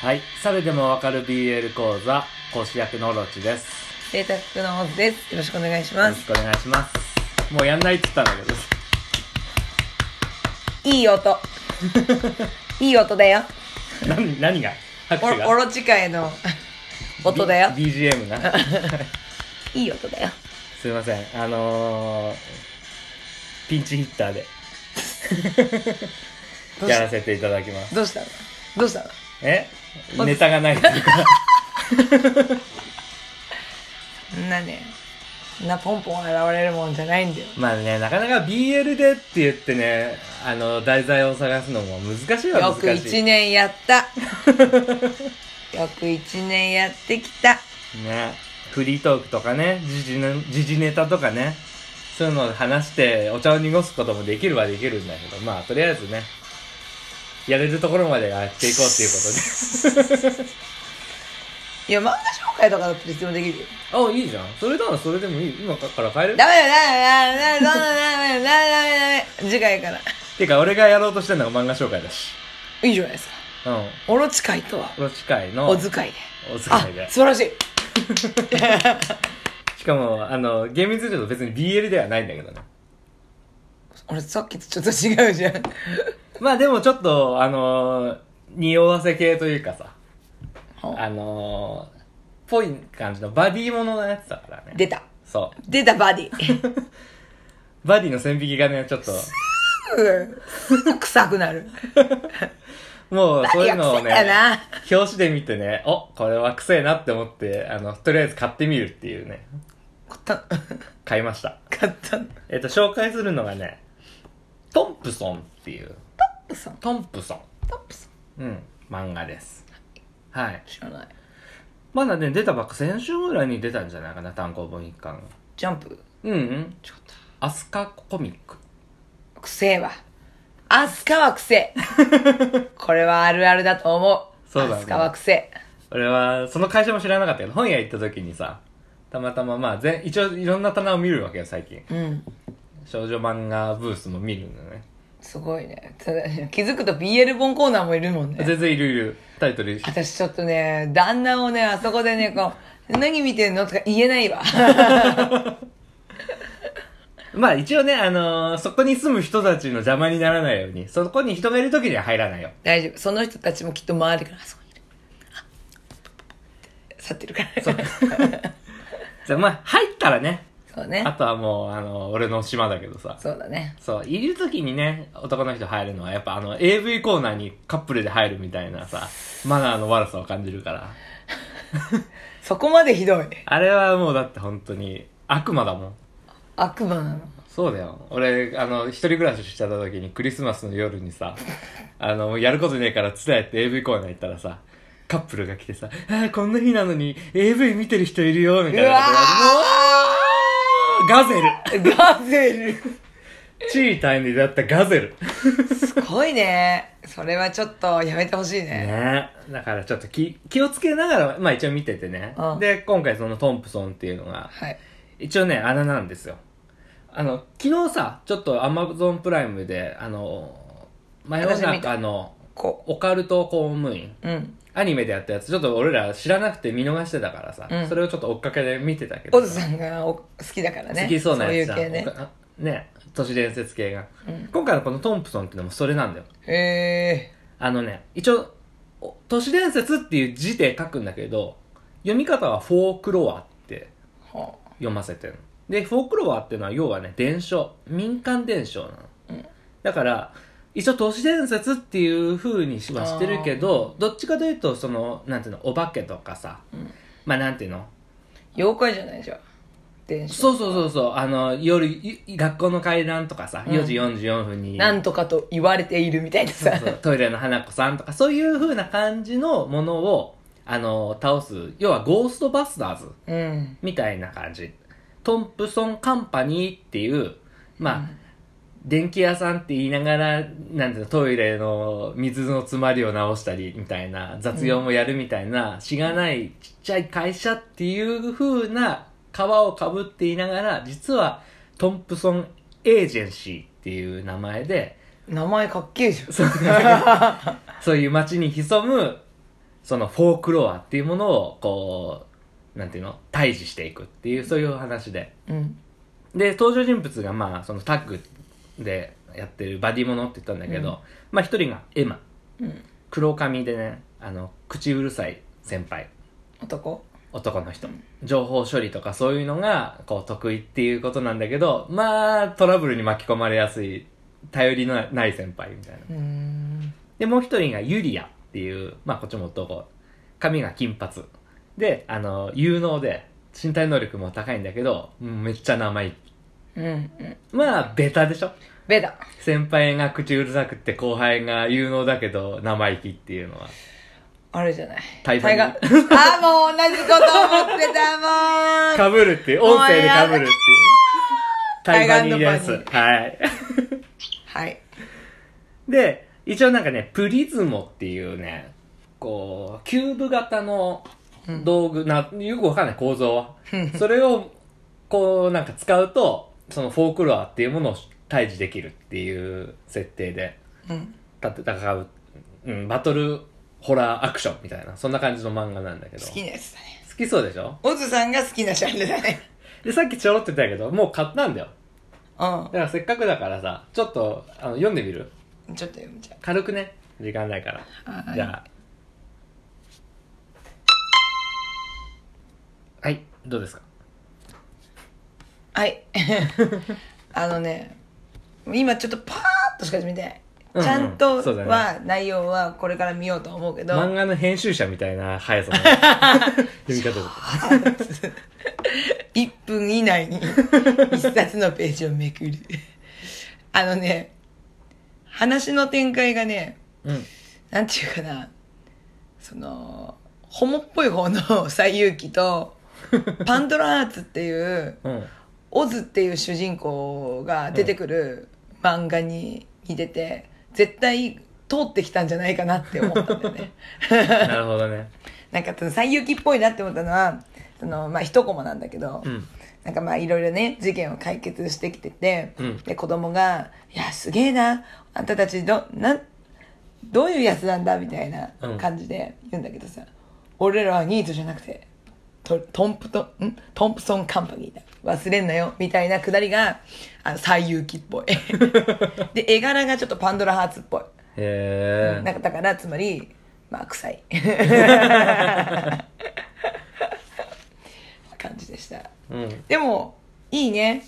はい。猿でもわかる BL 講座、講師役のオロチです。贅沢のオズです。よろしくお願いしよまろしす。くお願いします。もうやんないって言ったんだけど。 いい音。いい音だよ。何、何が拍お手がオロチ界の音だよ。 B- BGM な。いい音だよ。すいません。あのー、ピンチヒッターでどうやしらせていただきます。どうしたのどうしたのえまずネタが ないっていうか。そんなね、そんなポンポン現れるもんじゃないんだよ。まあね、なかなか BL でって言ってね、あの、題材を探すのも難しいはよ難くしい。一年や った。よく一年やってきた。ねフリートークとかね時事ネ時事ネタとかねそういうのを話してお茶を濁すこともできるはできるんだけどまあとりあえずねやれるところまでやっていこうっていうこいや、漫画紹介とかだったらいつでもできるよ。とで あいいじゃんそれならそれでもいい今から帰るダメだよ、ダメだよ、ダメだよ、ダメだよ、ダメだよ、ダメだよ、ダメだよ。次回から。てか俺がやろうとしてるのが漫画紹介だしいいじゃないですか。うんオロチ界とは、この近いのお使いで。おあ使いで素晴らしいしかもあの厳密に言うと別に BL ではないんだけどね俺さっきとちょっと違うじゃんまあでもちょっとあの匂わせ系というかさあのー、ぽい感じのバディもののやつだからね。出たそ出たバディう。バディの線引きがね、 ちょっと、うんすぐ臭くなるもうそういうのをバディは癖だねな、表紙で見てね、お、これは臭いなって思って、あの、とりあえず買ってみるっていうね、買ったの買いました。買ったのえっと、紹介するのがね、トンプソンっていう、さんトンプソン。トップさんうん、漫画です。はい。知らないまだね、出たばっか、先週ぐらいに出たんじゃないかな、単行本一巻が。ジャンプうんうん。ちょっアスカコミック。とくせえわアスカはくせえこれはあるあるだと思うそうだねアスカはくせえ俺は、その会社も知らなかったけど、本屋行った時にさ、たまたま、まあ、ぜ一応いろんな棚を見るわけよ、最近。うん少女漫画ブースも見るんだよね。すごいね ただ気づくと BL 本コーナーもいるもんね全然いるいる。タイトル、私ちょっとね旦那をねあそこでねこう何見てんのとか言えないわまあ一応ね、あのーそこに住む人たちの邪魔にならないように、そこに人がいる時には入らないよ。大丈夫その人たちもきっと周りからあそこにいるあ去ってるからそうじゃあまあ、入ったらね、あねとはもう、あのー俺の島だけどさ。そうだねそう、いる時にね、男の人入るのは、やっぱあの、AV コーナーにカップルで入るみたいなさ、マナーの悪さを感じるから。そこまでひどいあれはもうだって本当に、悪魔だもん。悪魔なのそうだよ俺あの一人暮らししてた時にクリスマスの夜に さあのもうやることねえから伝えて AV コーナー行ったらさカップルが来てさ「あーこんな日なのに AV 見てる人いるよ」みたいなこと言われてもうガゼガゼルル地位単位でだったガゼルすごいねそれはちょっとやめてほしいねねえだからちょっと気気をつけながらまあ一応見ててね、うんで今回そのトンプソンっていうのがはい一応ね、あれなんですよ。あの、昨日さ、ちょっと Amazon プライムで、あの、真夜私見中たのこオカルト公務員、ううんアニメでやったやつ、ちょっと俺ら知らなくて見逃してたからさ、うんそれをちょっと追っかけで見てたけどオさ。ズさんがお好きだからね好きそうなやつじゃん。そういう系ねおかね、都市伝説系が、うん今回のこのトンプソンってのもそれなんだよ。へあのね、一応、お都市伝説っていう字で書くんだけど、読み方はフォークロアってーほう読ませてるでフォークロアっていうのは要はね伝承民間伝承なの、うんだから一応都市伝説っていう風にはしてるけどどっちかというとそのなんていうのお化けとかさ、んまあなんていうの妖怪じゃないじゃん電子そうそうそうそうあの夜い学校の階段とかさ、4時44分になんとかと言われているみたいなそさうそうトイレの花子さんとかそういう風な感じのものをあの倒す要はゴーストバスターズうんみたいな感じ。トンプソンカンパニーっていう、まあ、電気屋さんって言いながら、なんていうの、トイレの水の詰まりを直したり、みたいな、雑用もやるみたいな、しがないちっちゃい会社っていう風な皮をかぶっていながら、実はトンプソンエージェンシーっていう名前で、名前かっけえじゃんそうそういう街に潜むそのフォークロアっていうものをこうなんていうの対峙していくっていうそういう話でうんで登場人物がまあそのタッグでやってるバディものって言ったんだけど、うんまあ一人がエマうん黒髪でねあの口うるさい先輩男男の人情報処理とかそういうのがこう得意っていうことなんだけどまあトラブルに巻き込まれやすい頼りのない先輩みたいなうーんでもう一人がユリアっていうまあこっちも男髪が金髪であの有能で身体能力も高いんだけどうんめっちゃ生意気うんうんまあベタでしょベタ先輩が口うるさくって後輩が有能だけど生意気っていうのはあれじゃない対タイガ話ーにあもう同じこと思ってたもんかぶるっていう音声でかぶるっていうタ対イガ話ーにいるやつパンにはいはいで一応なんかねプリズモっていうねこうキューブ型の道具、なよくわかんない構造はそれをこうなんか使うとそのフォークロアっていうものを対峙できるっていう設定でうん戦う、うん、バトルホラーアクションみたいなそんな感じの漫画なんだけど好きなやつだね好きそうでしょオズさんが好きなジャンルだねでさっきちょろって言ったけどもう買ったんだよだうからせっかくだからさちょっとあの読んでみるんちょっと読むじゃ軽くね時間ないからあじゃあはいどうですかはい あのね今ちょっとパーッとしか見てないうんうんちゃんとそうだねは、内容はこれから見ようと思うけど、漫画の編集者みたいな速さ の読み方だった1分以内に1冊のページをめくるあのね話の展開がねうんなんていうかなそのホモっぽい方の西遊記とパンドラーツっていううんオズっていう主人公が出てくる漫画に似てて、絶対通ってきたんじゃないかなって思ったんだよね。なるほどねなんかその西遊記っぽいなって思ったのは、そのまあ一コマなんだけど、うんなんかまあいろいろね、事件を解決してきてて、うんで子供が、いや、すげえな、あんたたちど、なん、どういうやつなんだみたいなうん感じで言うんだけどさ、俺らはニートじゃなくて、トトンプトン、んトンプソンカンパニーだ。忘れんなよ。みたいなくだりが、あの、最遊記っぽい。 で、絵柄がちょっとパンドラハーツっぽい。へなんかだからつまりまあ臭い感じでしたえうんでもいいね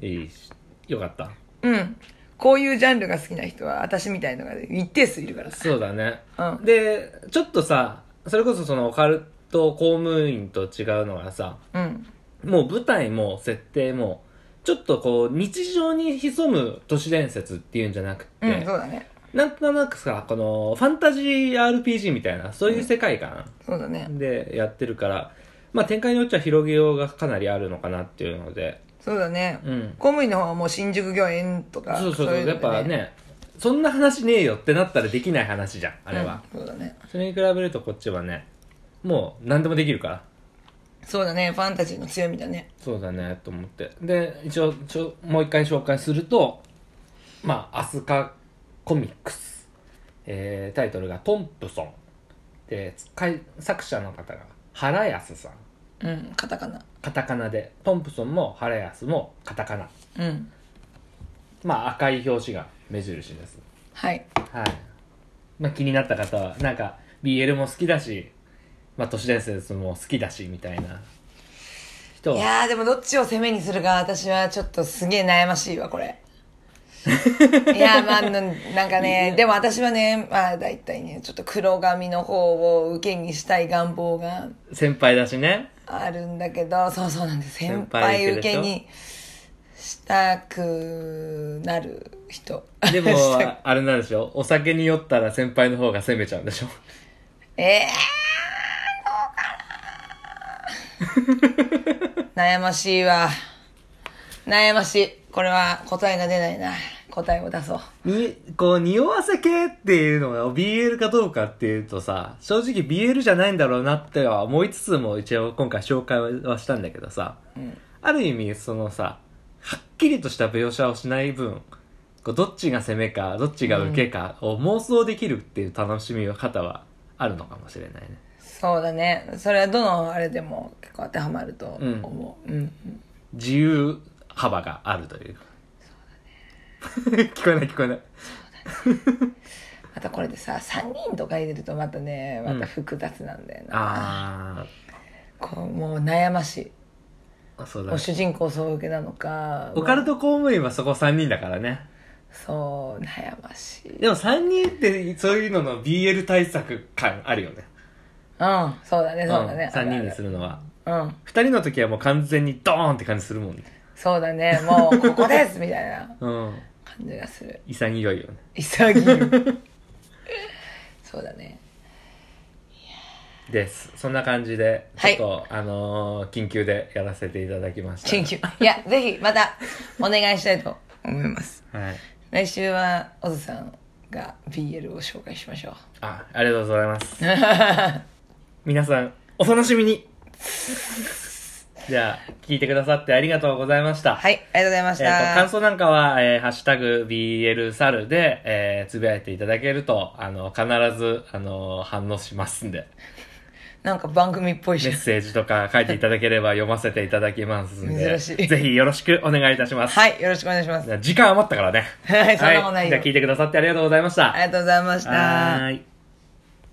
いいしよかったうんこういうジャンルが好きな人は私みたいのが一定数いるからさそうだね、うでちょっとさそれこそそのオカルト公務員と違うのがさうんもう舞台も設定もちょっとこう日常に潜む都市伝説っていうんじゃなくて、うん、そうだねなんとなくさこのファンタジー RPG みたいなそういう世界観そうだねでやってるから、まあ展開によっちゃ広げようがかなりあるのかなっていうのでそうだね、うん公務員の方はもう新宿御苑とかそうそうそういのでやっぱねそんな話ねえよってなったらできない話じゃんあれは、うんそうだねそれに比べるとこっちはねもう何でもできるからそうだねファンタジーの強みだねそうだねと思ってで一応ちょもう一回紹介するとまあ「アスカコミックス」えータイトルが「トンプソン」で使い作者の方が原康さんうんカタカナカタカナでトンプソンも原康もカタカナうんまあ赤い表紙が目印ですはいはい、まあ、気になった方はなんか BL も好きだし、まあ、都市伝説も好きだしみたいな人はいやーでもどっちを攻めにするか私はちょっとすげえ悩ましいわこ れいやーまあななんかねでも私はねまあ大体ねちょっと黒髪の方を受けにしたい願望が先輩だしねあるんだけどそうそうなんです先先輩輩受受けけにしたくなる人で も あれなんでしょお酒に酔ったら先輩の方が攻めちゃうんでしょえー、どうかな悩ましいわ。悩ましい。これは答えが出ないな。答えを出そう。にこう匂わせ系っていうのが BL かどうかっていうとさ正直 BL じゃないんだろうなっては思いつつも一応今回紹介はしたんだけどさ、ある意味そのさはっきりとした描写をしない分こうどっちが攻めかどっちが受けかを妄想できるっていう楽しみ方はあるのかもしれないねそうだねそれはどのあれでも結構当てはまると思う、うんうん自由幅があるというそうだね 聞こえない聞こえないまたこれでさ3人とか入れるとまたねまた複雑なんだよな、あこうもう悩ましいあそうだもうね主人公総受けなのかオカルト公務員はそこ3人だからねそう悩ましいうんでも3人ってそういうのの BL 対策感あるよねそうだねそうだね、ん、3人にあするるのはあるうん2人の時はもう完全にドーンって感じするもんねそうだねもうここですみたいなうん感じがする潔いよね 潔いそうだねですそんな感じでちはょいっと、あのー緊急でやらせていただきました緊急いやぜひまたお願いしたいと思いますはい来週はオズさんが BL を紹介しましょうあありがとうございます 皆さんお楽しみにじゃあ聞いてくださってありがとうございましたはいありがとうございましえーとた、感想なんかは、えーハッシュタグ BL サルで、えーつぶやいていただけると、あの、必ず、あの、反応しますん で、なんか番組っぽいしメッセージとか書いていただければ読ませていただきますんで、珍しいぜひよろしくお願いいたします。はいよろしくお願いします時間余ったからね。はいそんなもんないよじゃあ聞いてくださってありがとうございました。ありがとうございましたはーい。